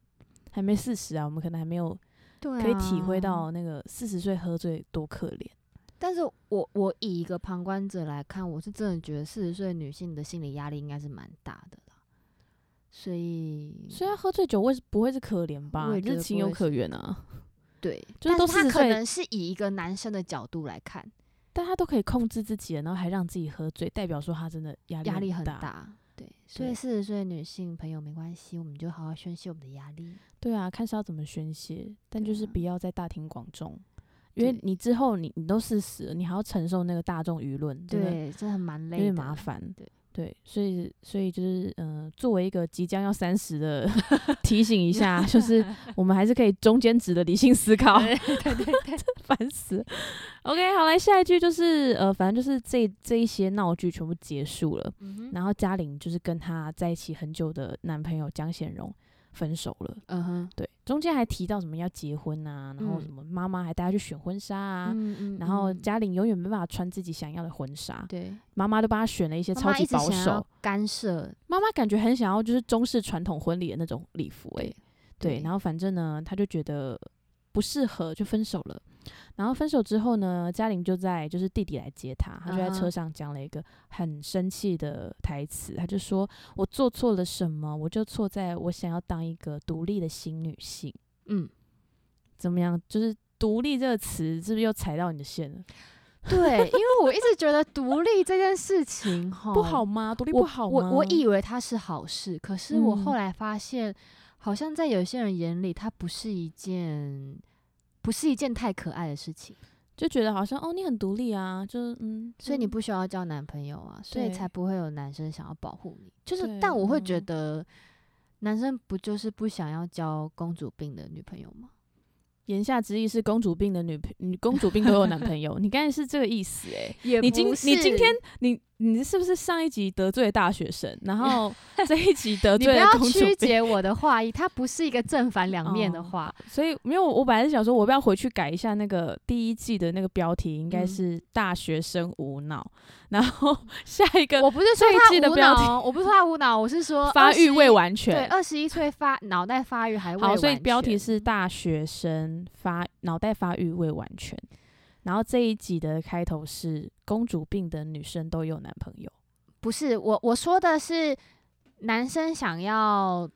[SPEAKER 2] 还没四十啊，我们可能还没有
[SPEAKER 1] 对、
[SPEAKER 2] 可以体会。到那个四十岁喝醉多可怜。
[SPEAKER 1] 但是我我以一个旁观者来看，我是真的觉得四十岁女性的心理压力应该是蛮大的啦，所以
[SPEAKER 2] 虽然喝醉酒为不会是可怜吧
[SPEAKER 1] 我也，觉
[SPEAKER 2] 就
[SPEAKER 1] 得
[SPEAKER 2] 是情
[SPEAKER 1] 不
[SPEAKER 2] 有
[SPEAKER 1] 会
[SPEAKER 2] 可原啊。
[SPEAKER 1] 对，
[SPEAKER 2] 就
[SPEAKER 1] 但
[SPEAKER 2] 是都
[SPEAKER 1] 是他
[SPEAKER 2] 40
[SPEAKER 1] 可
[SPEAKER 2] 岁
[SPEAKER 1] 能是以一个男生的角度来看。
[SPEAKER 2] 但他他都可以控制自己了，然后还让自己喝醉，代表说他真的压力
[SPEAKER 1] 压力很
[SPEAKER 2] 大。
[SPEAKER 1] 大。对，所以四十岁的女性朋友没关系，我们就好好宣泄我们的压力。
[SPEAKER 2] 对啊，看是要怎么宣泄，但
[SPEAKER 1] 对
[SPEAKER 2] 就是
[SPEAKER 1] 啊
[SPEAKER 2] 不要再大庭广众，因为
[SPEAKER 1] 对
[SPEAKER 2] 你之后你你都四十了，你还要承受那个大众舆论，真的
[SPEAKER 1] 对，真的蛮
[SPEAKER 2] 有
[SPEAKER 1] 累
[SPEAKER 2] 点
[SPEAKER 1] 的，
[SPEAKER 2] 麻烦。
[SPEAKER 1] 对
[SPEAKER 2] 对，所以所以就是嗯、呃作为一个即将要三
[SPEAKER 1] [LAUGHS]
[SPEAKER 2] 十的提醒一下，就是我们还是可以中间值的理性思考，
[SPEAKER 1] 对对对 [LAUGHS] 对，
[SPEAKER 2] 烦死了。OK，好来下一句就是呃，反正就是这这一些闹剧全部结束了，
[SPEAKER 1] 嗯哼，
[SPEAKER 2] 然后嘉玲就是跟她在一起很久的男朋友江显荣分手了。
[SPEAKER 1] 嗯哼，
[SPEAKER 2] 对，中间还提到什么要结婚啊，然后
[SPEAKER 1] 嗯
[SPEAKER 2] 什么妈妈还带她去选婚纱啊，
[SPEAKER 1] 嗯嗯
[SPEAKER 2] 然后
[SPEAKER 1] 嗯
[SPEAKER 2] 嘉玲永远没办法穿自己想要的婚纱，
[SPEAKER 1] 对，
[SPEAKER 2] 妈妈都帮她选了一些
[SPEAKER 1] 妈
[SPEAKER 2] 超
[SPEAKER 1] 妈
[SPEAKER 2] 级
[SPEAKER 1] 一直
[SPEAKER 2] 保
[SPEAKER 1] 想要
[SPEAKER 2] 守，
[SPEAKER 1] 干涉，
[SPEAKER 2] 妈妈感觉很想要就是中式传统婚礼的那种礼服、欸，
[SPEAKER 1] 对
[SPEAKER 2] 对，
[SPEAKER 1] 对
[SPEAKER 2] 然后反正呢，她就觉得不适合，就分手了。然后分手之后呢，嘉玲就在就是弟弟来接她，她就在
[SPEAKER 1] 嗯哼
[SPEAKER 2] 车上讲了一个很生气的台词，她就说：“我做错了什么？我就错在我想要当一个独立的新女性。”
[SPEAKER 1] [LAUGHS] 嗯，
[SPEAKER 2] 怎么样？就是“独立”这个词是不是又踩到你的线了？
[SPEAKER 1] 对，因为我一直觉得独立这件事情哈
[SPEAKER 2] 不好吗？独立
[SPEAKER 1] 哦我
[SPEAKER 2] 不好吗？
[SPEAKER 1] 我我以为它是好事，可是我后
[SPEAKER 2] 嗯
[SPEAKER 1] 来发现，好像在有些人眼里，它不是一件不是一件太可爱的事情，
[SPEAKER 2] 就觉得好像哦，你很独立啊，就是嗯，
[SPEAKER 1] 所以你
[SPEAKER 2] 就
[SPEAKER 1] 不需要交男朋友啊，所以
[SPEAKER 2] 对
[SPEAKER 1] 才不会有男生想要保护你。就是
[SPEAKER 2] 对，
[SPEAKER 1] 但我会觉
[SPEAKER 2] 嗯
[SPEAKER 1] 得，男生不就是不想要交公主病的女朋友吗？
[SPEAKER 2] 言下之意是公主病的女朋女公主病都有男朋友，你刚才是这个意思哎、
[SPEAKER 1] 也
[SPEAKER 2] 你今你今天你你是不是上一集得罪了大学生，然
[SPEAKER 1] [LAUGHS]
[SPEAKER 2] 后这一集得
[SPEAKER 1] 你不
[SPEAKER 2] 罪哦了
[SPEAKER 1] 要
[SPEAKER 2] 公主
[SPEAKER 1] 曲
[SPEAKER 2] 病？
[SPEAKER 1] 解我的话意，它不是一个正反两面的
[SPEAKER 2] 哦
[SPEAKER 1] 话。 [LAUGHS]
[SPEAKER 2] 所以没有，我本来是想说，我要不要回去改一下那个第一季的那个标题，应该
[SPEAKER 1] 嗯
[SPEAKER 2] 是“大学生无脑”，然后 [LAUGHS] 下一个
[SPEAKER 1] 我不是说
[SPEAKER 2] 这一季的
[SPEAKER 1] 他无
[SPEAKER 2] 标题
[SPEAKER 1] 脑哦，我不是说他无脑，我是说
[SPEAKER 2] 发育未
[SPEAKER 1] 21
[SPEAKER 2] 完
[SPEAKER 1] 对，
[SPEAKER 2] 全。
[SPEAKER 1] 二十一岁发脑袋发育还未
[SPEAKER 2] 好，所以
[SPEAKER 1] 完
[SPEAKER 2] 标
[SPEAKER 1] 全
[SPEAKER 2] 题是“大学生发脑袋发育未完全”，然后这一集的开头是“公主病的女生都有男朋友”。
[SPEAKER 1] 不是我我说的是男生想要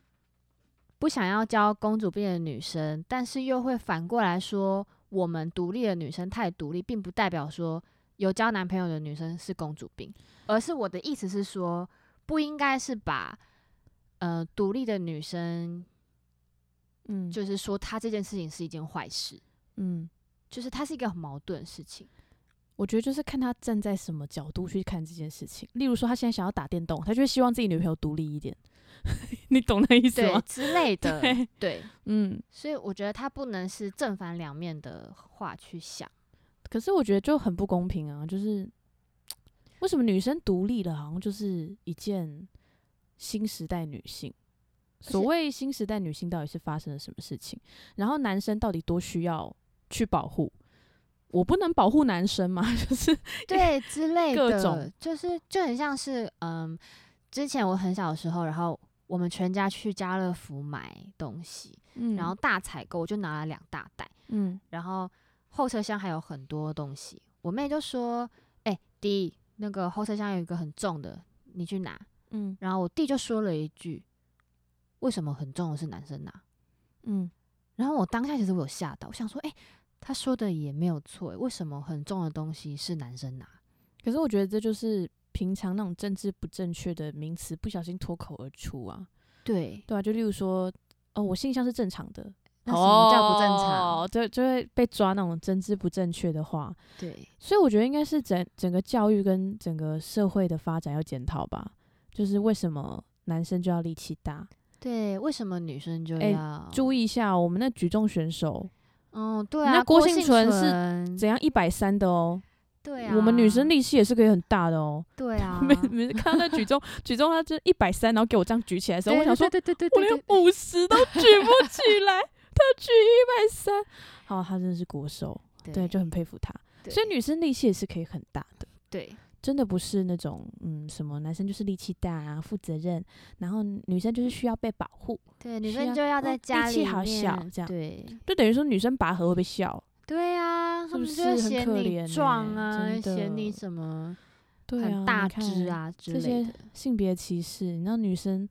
[SPEAKER 1] 不想要交公主病的女生，但是又会反过来说我们独立的女生太独立，并不代表说有交男朋友的女生是公主病，而是我的意思是说不应该是把呃独立的女生
[SPEAKER 2] 嗯，
[SPEAKER 1] 就是说她这件事情是一件坏事，
[SPEAKER 2] 嗯，
[SPEAKER 1] 就是它是一个很矛盾的事情。
[SPEAKER 2] 我觉得就是看他站在什么角度去看这件事情。例如说，他现在想要打电动，他就会希望自己女朋友独立一点， [LAUGHS] 你懂那意思
[SPEAKER 1] 对
[SPEAKER 2] 吗？
[SPEAKER 1] 之类的，
[SPEAKER 2] [LAUGHS] 对
[SPEAKER 1] 对，
[SPEAKER 2] 嗯，
[SPEAKER 1] 所以我觉得它不能是正反两面的话去想。
[SPEAKER 2] 可是我觉得就很不公平啊，就是为什么女生独立了，好像就是一件新时代女性。
[SPEAKER 1] 且
[SPEAKER 2] 所谓新时代女性到底是发生了什么事情？然后男生到底多需要去保护？我不能保护男生嘛， [LAUGHS] 就是
[SPEAKER 1] 对之类
[SPEAKER 2] 各
[SPEAKER 1] 的，
[SPEAKER 2] 种
[SPEAKER 1] 就是就很像是嗯，之前我很小的时候，然后我们全家去家乐福买东西，
[SPEAKER 2] 嗯
[SPEAKER 1] 然后大采购，我就拿了两大袋，
[SPEAKER 2] 嗯，
[SPEAKER 1] 然后后车厢还有很多东西，我妹就说：“哎、弟，那个后车厢有一个很重的，你去拿。”
[SPEAKER 2] 嗯
[SPEAKER 1] 然后我弟就说了一句：“为什么很重的是男生拿？”
[SPEAKER 2] 嗯，
[SPEAKER 1] 然后我当下其实我有吓到，我想说，哎、他说的也没有错、诶为什么很重的东西是男生拿？
[SPEAKER 2] 可是我觉得这就是平常那种政治不正确的名词不小心脱口而出啊，
[SPEAKER 1] 对，
[SPEAKER 2] 对啊，就例如说，哦，我性向是正常的，
[SPEAKER 1] 那什么叫不正常？
[SPEAKER 2] 哦、就就会被抓那种政治不正确的话，
[SPEAKER 1] 对，
[SPEAKER 2] 所以我觉得应该是整整个教育跟整个社会的发展要检讨吧，就是为什么男生就要力气大？
[SPEAKER 1] 对，为什么女生就
[SPEAKER 2] 诶
[SPEAKER 1] 要？
[SPEAKER 2] 哎注意一下哦、我们那举重选手
[SPEAKER 1] 嗯，对
[SPEAKER 2] 那
[SPEAKER 1] 啊，
[SPEAKER 2] 郭
[SPEAKER 1] 幸
[SPEAKER 2] 幸存是
[SPEAKER 1] 存
[SPEAKER 2] 怎样一百三的哦，
[SPEAKER 1] 嗯对啊，
[SPEAKER 2] 我们女生力气也是可以很大的哦。
[SPEAKER 1] 对
[SPEAKER 2] [LAUGHS]
[SPEAKER 1] 啊，
[SPEAKER 2] 每每次看到那
[SPEAKER 1] [LAUGHS]
[SPEAKER 2] 举重举重，他就一百三，然后给我这样举起来的时候，
[SPEAKER 1] 对
[SPEAKER 2] 我想说，
[SPEAKER 1] 对对对
[SPEAKER 2] 我
[SPEAKER 1] 对
[SPEAKER 2] 连
[SPEAKER 1] 对，
[SPEAKER 2] 五十都举不起来，他举一百三，好，他真的是国手，
[SPEAKER 1] [LAUGHS] 对
[SPEAKER 2] 对，就很佩服他。
[SPEAKER 1] 对
[SPEAKER 2] 所以女生力气也是可以很大的，
[SPEAKER 1] 对
[SPEAKER 2] 真的不是那种嗯什么男生就是力气大啊，负责任，然后女生就是需要被保护，
[SPEAKER 1] 对，女
[SPEAKER 2] 需
[SPEAKER 1] 生
[SPEAKER 2] 要
[SPEAKER 1] 就要
[SPEAKER 2] 哦
[SPEAKER 1] 在
[SPEAKER 2] 力
[SPEAKER 1] 家
[SPEAKER 2] 气
[SPEAKER 1] 里
[SPEAKER 2] 好
[SPEAKER 1] 面
[SPEAKER 2] 小这样
[SPEAKER 1] 对
[SPEAKER 2] 就等于说女生拔河会被笑，
[SPEAKER 1] 对啊，
[SPEAKER 2] 是
[SPEAKER 1] 他
[SPEAKER 2] 不
[SPEAKER 1] 们
[SPEAKER 2] 是
[SPEAKER 1] 就会
[SPEAKER 2] 很
[SPEAKER 1] 嫌
[SPEAKER 2] 可
[SPEAKER 1] 你
[SPEAKER 2] 怜
[SPEAKER 1] 壮
[SPEAKER 2] 欸
[SPEAKER 1] 啊，
[SPEAKER 2] 真的
[SPEAKER 1] 嫌你什么
[SPEAKER 2] [LAUGHS] 对啊，
[SPEAKER 1] 很大
[SPEAKER 2] 你看
[SPEAKER 1] 只，啊之
[SPEAKER 2] 这
[SPEAKER 1] 类
[SPEAKER 2] 些
[SPEAKER 1] 的，
[SPEAKER 2] 性别歧视，你知道女生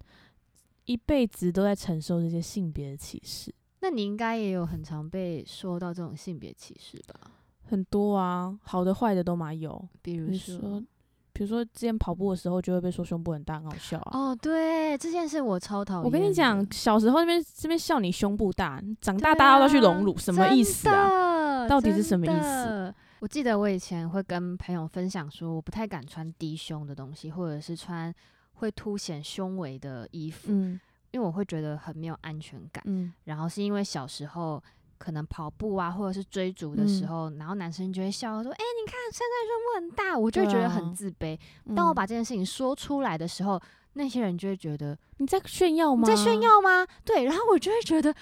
[SPEAKER 2] 一辈子都在承受这些性别的歧视。
[SPEAKER 1] 那你应该也有很常被说到这种性别歧视吧？
[SPEAKER 2] 很多啊，好的坏的都嘛有。
[SPEAKER 1] 比如
[SPEAKER 2] 你说，比如说之前跑步的时候就会被说胸部很大，很好笑啊。
[SPEAKER 1] 哦，对，这件事我超讨厌的。
[SPEAKER 2] 我跟你讲，小时候那边这边笑你胸部大，长大大家都去隆乳，什么意思啊？
[SPEAKER 1] 啊
[SPEAKER 2] 到底是什么意？
[SPEAKER 1] 真
[SPEAKER 2] 思
[SPEAKER 1] 的我记得我以前会跟朋友分享说，我不太敢穿低胸的东西，或者是穿会凸显胸围的衣服，
[SPEAKER 2] 嗯
[SPEAKER 1] 因为我会觉得很没有安全感。
[SPEAKER 2] 嗯
[SPEAKER 1] 然后是因为小时候可能跑步啊，或者是追逐的时
[SPEAKER 2] 嗯
[SPEAKER 1] 候，然后男生就会笑说：“哎、你看珊珊胸部很大。”我就会觉得
[SPEAKER 2] 对啊
[SPEAKER 1] 很自卑。
[SPEAKER 2] 嗯
[SPEAKER 1] 当我把这件事情说出来的时候，那些人就会觉得
[SPEAKER 2] 你在炫耀
[SPEAKER 1] 你
[SPEAKER 2] 吗？
[SPEAKER 1] 在炫？耀吗？对，然后我就会觉得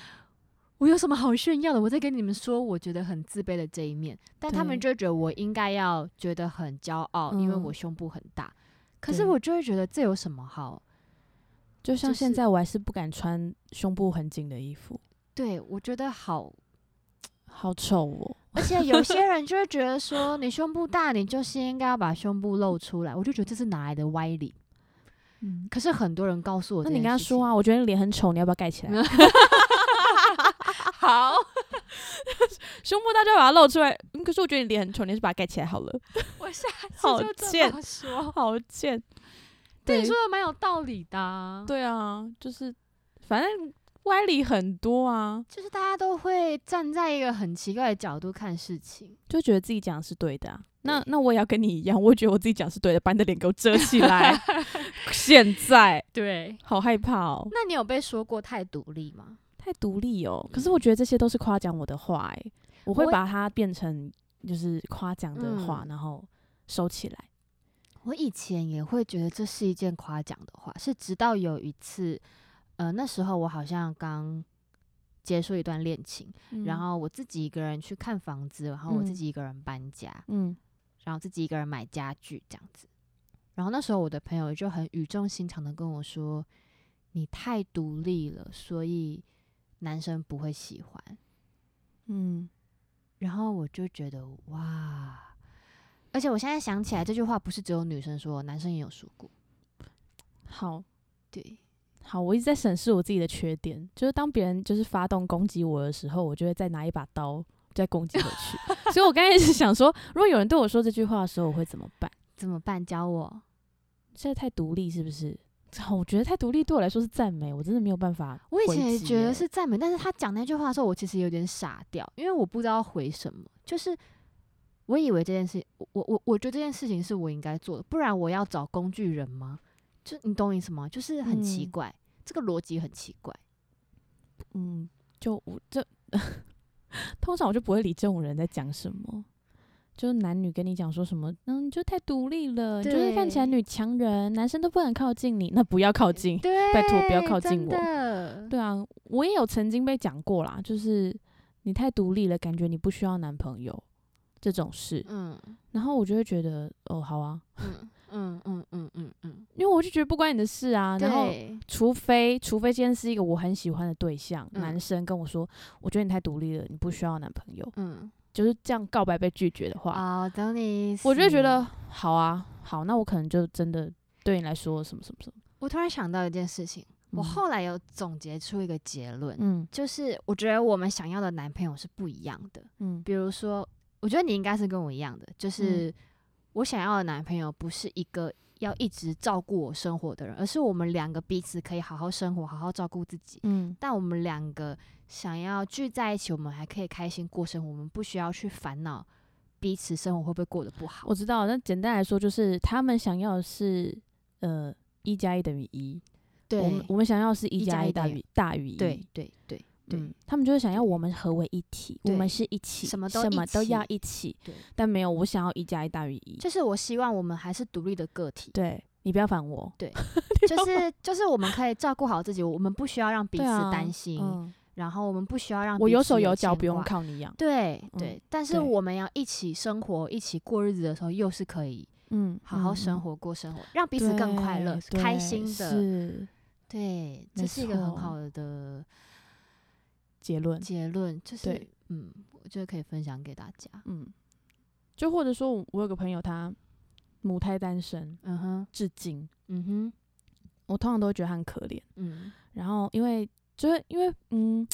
[SPEAKER 1] 我有什么好炫耀的？我在跟你们说，我觉得很自卑的这一面，但他们
[SPEAKER 2] 对
[SPEAKER 1] 就会觉得我应该要觉得很骄傲，因为
[SPEAKER 2] 嗯
[SPEAKER 1] 我胸部很大。可是
[SPEAKER 2] 对
[SPEAKER 1] 我就会觉得这有什么好？
[SPEAKER 2] 就像
[SPEAKER 1] 就是
[SPEAKER 2] 现在，我还是不敢穿胸部很紧的衣服，
[SPEAKER 1] 对我觉得好
[SPEAKER 2] 好丑哦。
[SPEAKER 1] 而且有些人就会觉得说，你胸部大，你就是应该要把胸部露出来。我就觉得这是哪来的歪理？
[SPEAKER 2] [LAUGHS] 嗯，
[SPEAKER 1] 可是很多人告诉我，
[SPEAKER 2] 那你跟他
[SPEAKER 1] [LAUGHS]
[SPEAKER 2] 说，啊，我觉得你脸很丑，你要不要盖起来？
[SPEAKER 1] 好，
[SPEAKER 2] 胸部大就把它露出来。嗯，可是我觉得你脸很丑，你还是把它盖起来
[SPEAKER 1] [LAUGHS]
[SPEAKER 2] 好了。
[SPEAKER 1] 我下
[SPEAKER 2] 好
[SPEAKER 1] 次就这
[SPEAKER 2] 贱
[SPEAKER 1] 么说。
[SPEAKER 2] 好贱。
[SPEAKER 1] 对你
[SPEAKER 2] 对
[SPEAKER 1] 说的蛮有道理的啊、
[SPEAKER 2] 对啊，就是反正歪理很多啊，
[SPEAKER 1] 就是大家都会站在一个很奇怪的角度看事情。
[SPEAKER 2] 就觉得自己讲的是对的、啊。那那我也要跟你一样，我也觉得我自己讲是对的，把你的脸给我遮起 [LAUGHS] 来。现在
[SPEAKER 1] 对，
[SPEAKER 2] 好害怕哦，
[SPEAKER 1] 那你有被说过太独立吗？
[SPEAKER 2] 太独立哦。可是我觉得这些都是夸奖我的话、欸，我会
[SPEAKER 1] 我
[SPEAKER 2] 把它变成就是夸奖的话，
[SPEAKER 1] 嗯
[SPEAKER 2] 然后收起来。
[SPEAKER 1] 我以前也会觉得这是一件夸奖的话，是直到有一次，呃，那时候我好像刚结束一段恋情。然后我自己一个人去看房子，然后我自
[SPEAKER 2] 嗯
[SPEAKER 1] 己一个人搬家，
[SPEAKER 2] 嗯，
[SPEAKER 1] 然后自己一个人买家具这样子。然后那时候我的朋友就很语重心长的跟我说：“你太独立了，所以男生不会喜欢。
[SPEAKER 2] 嗯”
[SPEAKER 1] 然后我就觉得哇，而且我现在想起来这句话不是只有女生说，男生也有说过。
[SPEAKER 2] 好，
[SPEAKER 1] 对，
[SPEAKER 2] 好，我一直在审视我自己的缺点，就是当别人就是发动攻击我的时候，我就会再拿一把刀再攻击回 [LAUGHS] 去。所以我刚开始想说，如果有人对我说这句话的时候，我会怎么办？
[SPEAKER 1] 怎么办？教我。
[SPEAKER 2] 现在太独立是不是？好我觉得太独立对我来说是赞美，我真的没有办法
[SPEAKER 1] 我以
[SPEAKER 2] 回
[SPEAKER 1] 前也
[SPEAKER 2] 击
[SPEAKER 1] 觉
[SPEAKER 2] 耶
[SPEAKER 1] 得是赞美，但是他讲那句话的时候，我其实有点傻掉，因为我不知道回什么。就是我以为这件事，我我我我觉得这件事情是我应该做的，不然我要找工具人吗？就你懂我意思吗？就是很奇
[SPEAKER 2] 嗯
[SPEAKER 1] 怪，这个逻辑很奇 [LAUGHS] 怪。
[SPEAKER 2] 嗯，就 [LAUGHS] 我这，通常我就不会理这种人在讲什么。就是男女跟你讲说什么，嗯，你就太独立了，你就是看起来
[SPEAKER 1] 对
[SPEAKER 2] 女强人，男生都不敢靠近你，那不要靠近，
[SPEAKER 1] 对，
[SPEAKER 2] 拜托不要靠
[SPEAKER 1] 真
[SPEAKER 2] 近我
[SPEAKER 1] 的
[SPEAKER 2] 对啊，我也有曾经被讲过啦，就是你太独立了，感觉你不需要男朋友这种事。
[SPEAKER 1] 嗯
[SPEAKER 2] 然后我就会觉得，哦，好啊，
[SPEAKER 1] 嗯嗯嗯嗯嗯嗯，
[SPEAKER 2] 因为我就觉得不关你的事啊。然后，
[SPEAKER 1] 对
[SPEAKER 2] 除非除非今天是一个我很喜欢的对象，
[SPEAKER 1] 嗯
[SPEAKER 2] 男生跟我说，我觉得你太独立了，你不需要男朋友，
[SPEAKER 1] 嗯
[SPEAKER 2] 就是这样告白被拒绝的话，
[SPEAKER 1] 啊，懂你意思。
[SPEAKER 2] 我就会觉得，好啊，好，那我可能就真的对你来说什么什么什么。
[SPEAKER 1] 我突然想到一件事情，我
[SPEAKER 2] 嗯
[SPEAKER 1] 后来有总结出一个结论，
[SPEAKER 2] 嗯
[SPEAKER 1] 就是我觉得我们想要的男朋友是不一样的。
[SPEAKER 2] 嗯
[SPEAKER 1] 比如说，我觉得你应该是跟我一样的，就是我想要的男朋友不是一个要一直照顾我生活的人，而是我们两个彼此可以好好生活，好好照顾自己。
[SPEAKER 2] 嗯
[SPEAKER 1] 但我们两个想要聚在一起，我们还可以开心过生活，我们不需要去烦恼彼此生活会不会过得不好
[SPEAKER 2] 我。知道，那简单来说就是他们想要的是呃一加一等于一，我
[SPEAKER 1] 对
[SPEAKER 2] 们我们想要是一
[SPEAKER 1] 一加
[SPEAKER 2] 加一
[SPEAKER 1] 一
[SPEAKER 2] 大
[SPEAKER 1] 等于
[SPEAKER 2] 于大于一，
[SPEAKER 1] 对对对对
[SPEAKER 2] 嗯，他们就是想要
[SPEAKER 1] 对
[SPEAKER 2] 我们合为一体，我
[SPEAKER 1] 对
[SPEAKER 2] 们是一起，
[SPEAKER 1] 什么都一
[SPEAKER 2] 都要
[SPEAKER 1] 起
[SPEAKER 2] 一起，
[SPEAKER 1] 对，
[SPEAKER 2] 但没有我想要一加一大于一，
[SPEAKER 1] 就是我希望我们还是独立的个体。
[SPEAKER 2] 对你不要烦我，
[SPEAKER 1] 就是就是我们可以照顾好自己，我们不需要让彼
[SPEAKER 2] 彼
[SPEAKER 1] 此担心，
[SPEAKER 2] 嗯、
[SPEAKER 1] 然后我们不需要让
[SPEAKER 2] 我
[SPEAKER 1] 彼
[SPEAKER 2] 有
[SPEAKER 1] 此
[SPEAKER 2] 手有
[SPEAKER 1] 有
[SPEAKER 2] 脚，
[SPEAKER 1] 牵
[SPEAKER 2] 不用
[SPEAKER 1] 挂。
[SPEAKER 2] 靠你养，
[SPEAKER 1] 对
[SPEAKER 2] 嗯
[SPEAKER 1] 对，但是
[SPEAKER 2] 对
[SPEAKER 1] 我们要一起生活、一起过日子的时候，又是可以
[SPEAKER 2] 嗯，
[SPEAKER 1] 好好
[SPEAKER 2] 嗯
[SPEAKER 1] 生，
[SPEAKER 2] 嗯
[SPEAKER 1] 活、过生活，让彼此更快乐、
[SPEAKER 2] 对
[SPEAKER 1] 开
[SPEAKER 2] 对
[SPEAKER 1] 心的。
[SPEAKER 2] 是
[SPEAKER 1] 对，这
[SPEAKER 2] 没
[SPEAKER 1] 是一个很
[SPEAKER 2] 错
[SPEAKER 1] 好的
[SPEAKER 2] 结论，
[SPEAKER 1] 结论，就是
[SPEAKER 2] 对
[SPEAKER 1] 嗯，我觉得可以分享给大家。
[SPEAKER 2] 嗯，就或者说我我有个朋友他母胎单身
[SPEAKER 1] 嗯哼，
[SPEAKER 2] 至今，
[SPEAKER 1] 嗯哼，
[SPEAKER 2] 我通常都会觉得他很可怜。
[SPEAKER 1] 嗯
[SPEAKER 2] 然后因为就是因为嗯，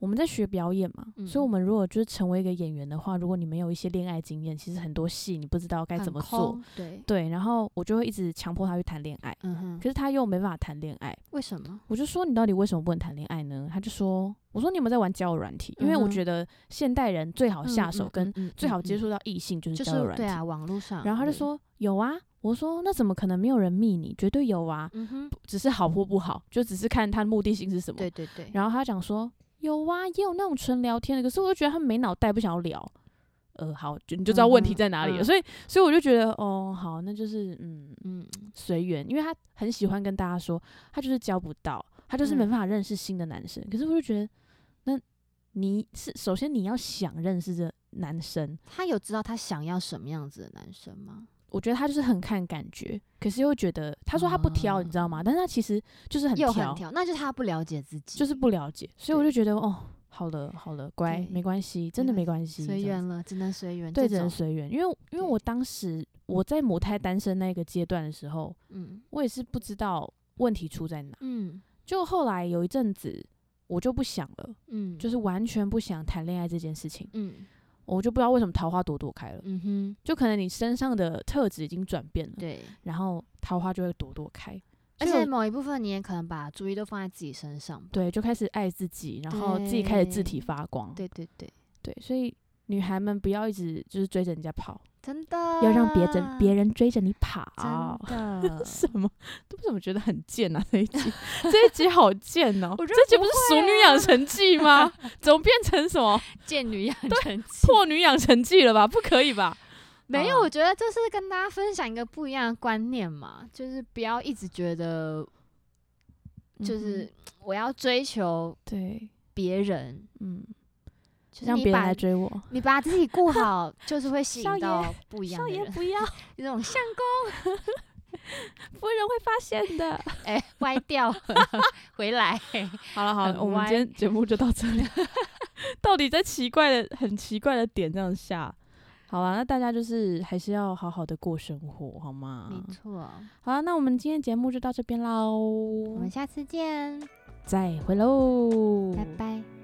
[SPEAKER 2] 我们在学表演嘛，
[SPEAKER 1] 嗯
[SPEAKER 2] 所以我们如果就是成为一个演员的话，如果你没有一些恋爱经验，其实很多戏你不知道该
[SPEAKER 1] 很
[SPEAKER 2] 怎么做
[SPEAKER 1] 抠。？对，
[SPEAKER 2] 对，然后我就会一直强迫他去谈恋爱，
[SPEAKER 1] 嗯哼，
[SPEAKER 2] 可是他又没办法谈恋爱。
[SPEAKER 1] 为什么？
[SPEAKER 2] 我就说你到底为什么不能谈恋爱呢？他就说，我说你有没有在玩交友软体？因为
[SPEAKER 1] 嗯
[SPEAKER 2] 我
[SPEAKER 1] 哼
[SPEAKER 2] 觉得现代人最好下
[SPEAKER 1] 嗯
[SPEAKER 2] 手
[SPEAKER 1] 嗯
[SPEAKER 2] 跟
[SPEAKER 1] 嗯嗯
[SPEAKER 2] 最好
[SPEAKER 1] 嗯
[SPEAKER 2] 接
[SPEAKER 1] 嗯
[SPEAKER 2] 触到异性就是
[SPEAKER 1] 就
[SPEAKER 2] 交友
[SPEAKER 1] 是
[SPEAKER 2] 软
[SPEAKER 1] 对
[SPEAKER 2] 体。
[SPEAKER 1] 啊，网络上。
[SPEAKER 2] 然后他就
[SPEAKER 1] 对，
[SPEAKER 2] 说有啊，我说那怎么可能没有人密你？绝对有啊，
[SPEAKER 1] 嗯哼，
[SPEAKER 2] 只是好或不好，就只是看他的目的性是什么。
[SPEAKER 1] 对对对，
[SPEAKER 2] 然后他讲说有啊，也有那种纯聊天的，可是我就觉得他们没脑袋，不想要聊。呃，好，就你就知道问题
[SPEAKER 1] 嗯哼
[SPEAKER 2] 在哪里了。
[SPEAKER 1] 嗯
[SPEAKER 2] 所以，所以我就觉得，哦，好，那就是嗯，
[SPEAKER 1] 嗯，
[SPEAKER 2] 随缘，因为他很喜欢跟大家说，他就是交不到，他就是没
[SPEAKER 1] 嗯
[SPEAKER 2] 办法认识新的男生。可是我就觉得，那你是首先你要想认识这男生，
[SPEAKER 1] 他有知道他想要什么样子的男生吗？
[SPEAKER 2] 我觉得他就是很看感觉，可是又觉得他说他不挑，你知道吗？但是他其实就是很
[SPEAKER 1] 哦又
[SPEAKER 2] 挑，
[SPEAKER 1] 很挑，那就是他不了解自己，
[SPEAKER 2] 就是不了解，所以我就觉得哦，好了好了，乖
[SPEAKER 1] 对，
[SPEAKER 2] 没关系，真的没关系，
[SPEAKER 1] 随
[SPEAKER 2] 这样
[SPEAKER 1] 缘
[SPEAKER 2] 子，
[SPEAKER 1] 了，只能随缘。
[SPEAKER 2] 对，
[SPEAKER 1] 这
[SPEAKER 2] 只能
[SPEAKER 1] 种
[SPEAKER 2] 随缘。因为因为我当时我在母胎单身那个阶段的时候，
[SPEAKER 1] 嗯
[SPEAKER 2] 我也是不知道问题出在哪，
[SPEAKER 1] 嗯
[SPEAKER 2] 就后来有一阵子我就不想了，
[SPEAKER 1] 嗯，
[SPEAKER 2] 就是是完全不想谈恋爱这件事情，
[SPEAKER 1] 嗯
[SPEAKER 2] 我就不知道为什么桃花朵朵开了，
[SPEAKER 1] 嗯哼，
[SPEAKER 2] 就可能你身上的特质已经转变了，
[SPEAKER 1] 对。
[SPEAKER 2] 然后桃花就会朵朵开，
[SPEAKER 1] 而
[SPEAKER 2] 就有
[SPEAKER 1] 且某一部分你也可能把注意都放在自己身上吧。
[SPEAKER 2] 对，就开始爱自己，然后自己开始自体
[SPEAKER 1] 对
[SPEAKER 2] 发光，
[SPEAKER 1] 对对对，
[SPEAKER 2] 对，所以女孩们不要一直就是追着人家跑，
[SPEAKER 1] 真的
[SPEAKER 2] 要让别人哦别人追着你跑。
[SPEAKER 1] 啊真的。
[SPEAKER 2] [LAUGHS] 什么？ [LAUGHS] 都不怎么觉得很贱啊？这一集，这一集好贱哦、
[SPEAKER 1] 我觉得
[SPEAKER 2] 这集
[SPEAKER 1] 不
[SPEAKER 2] 不
[SPEAKER 1] 会
[SPEAKER 2] 是
[SPEAKER 1] 啊
[SPEAKER 2] 熟女养成
[SPEAKER 1] [LAUGHS]
[SPEAKER 2] 记吗？怎么变成什么
[SPEAKER 1] 贱女养成记
[SPEAKER 2] 破女养成记了吧？不可以吧？
[SPEAKER 1] 没有，
[SPEAKER 2] 嗯
[SPEAKER 1] 我觉得这是跟大家分享一个不一样的观念嘛，就是不要一直觉得 [LAUGHS]
[SPEAKER 2] 嗯
[SPEAKER 1] 就是我要追求
[SPEAKER 2] 对，
[SPEAKER 1] 别人，
[SPEAKER 2] 嗯，
[SPEAKER 1] 就是
[SPEAKER 2] 让
[SPEAKER 1] 你
[SPEAKER 2] 别人
[SPEAKER 1] 把
[SPEAKER 2] 来追我。
[SPEAKER 1] 你把自己顾好，就是会吸
[SPEAKER 2] 少
[SPEAKER 1] 引
[SPEAKER 2] 爷
[SPEAKER 1] 到不一样
[SPEAKER 2] 少
[SPEAKER 1] 的
[SPEAKER 2] 爷
[SPEAKER 1] 人。
[SPEAKER 2] 不
[SPEAKER 1] [LAUGHS]
[SPEAKER 2] 要，
[SPEAKER 1] 那种相
[SPEAKER 2] 夫人会发现的。
[SPEAKER 1] 公哎、歪掉 [LAUGHS] 回来，
[SPEAKER 2] [LAUGHS] 好了好
[SPEAKER 1] 很
[SPEAKER 2] 哎了，我们
[SPEAKER 1] 歪
[SPEAKER 2] 今天节目就到这 [LAUGHS] 里。到底在奇怪的、很奇怪的点这样下？好啦，那大家就是还是要好好的过生活，好吗？
[SPEAKER 1] 没错。
[SPEAKER 2] 好啦，那我们今天节目就到这边
[SPEAKER 1] 我
[SPEAKER 2] 喽
[SPEAKER 1] 们，下次见，
[SPEAKER 2] 再会喽，
[SPEAKER 1] 拜拜。